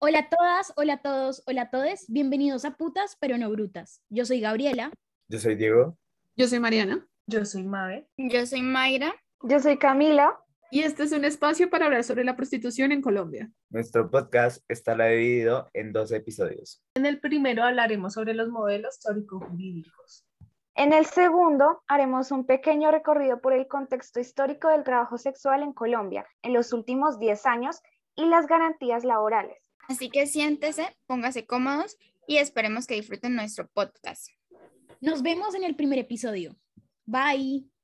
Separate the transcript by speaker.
Speaker 1: Hola a todas, hola a todos, hola a todes. Bienvenidos a Putas pero no Brutas. Yo soy Gabriela.
Speaker 2: Yo soy Diego.
Speaker 3: Yo soy Mariana.
Speaker 4: Yo soy Mabe.
Speaker 5: Yo soy Mayra.
Speaker 6: Yo soy Camila.
Speaker 3: Y este es un espacio para hablar sobre la prostitución en Colombia.
Speaker 2: Nuestro podcast estará dividido en dos episodios.
Speaker 4: En el primero hablaremos sobre los modelos histórico-jurídicos.
Speaker 6: En el segundo, haremos un pequeño recorrido por el contexto histórico del trabajo sexual en Colombia en los últimos 10 años y las garantías laborales.
Speaker 5: Así que siéntese, póngase cómodos y esperemos que disfruten nuestro podcast.
Speaker 1: Nos vemos en el primer episodio. Bye.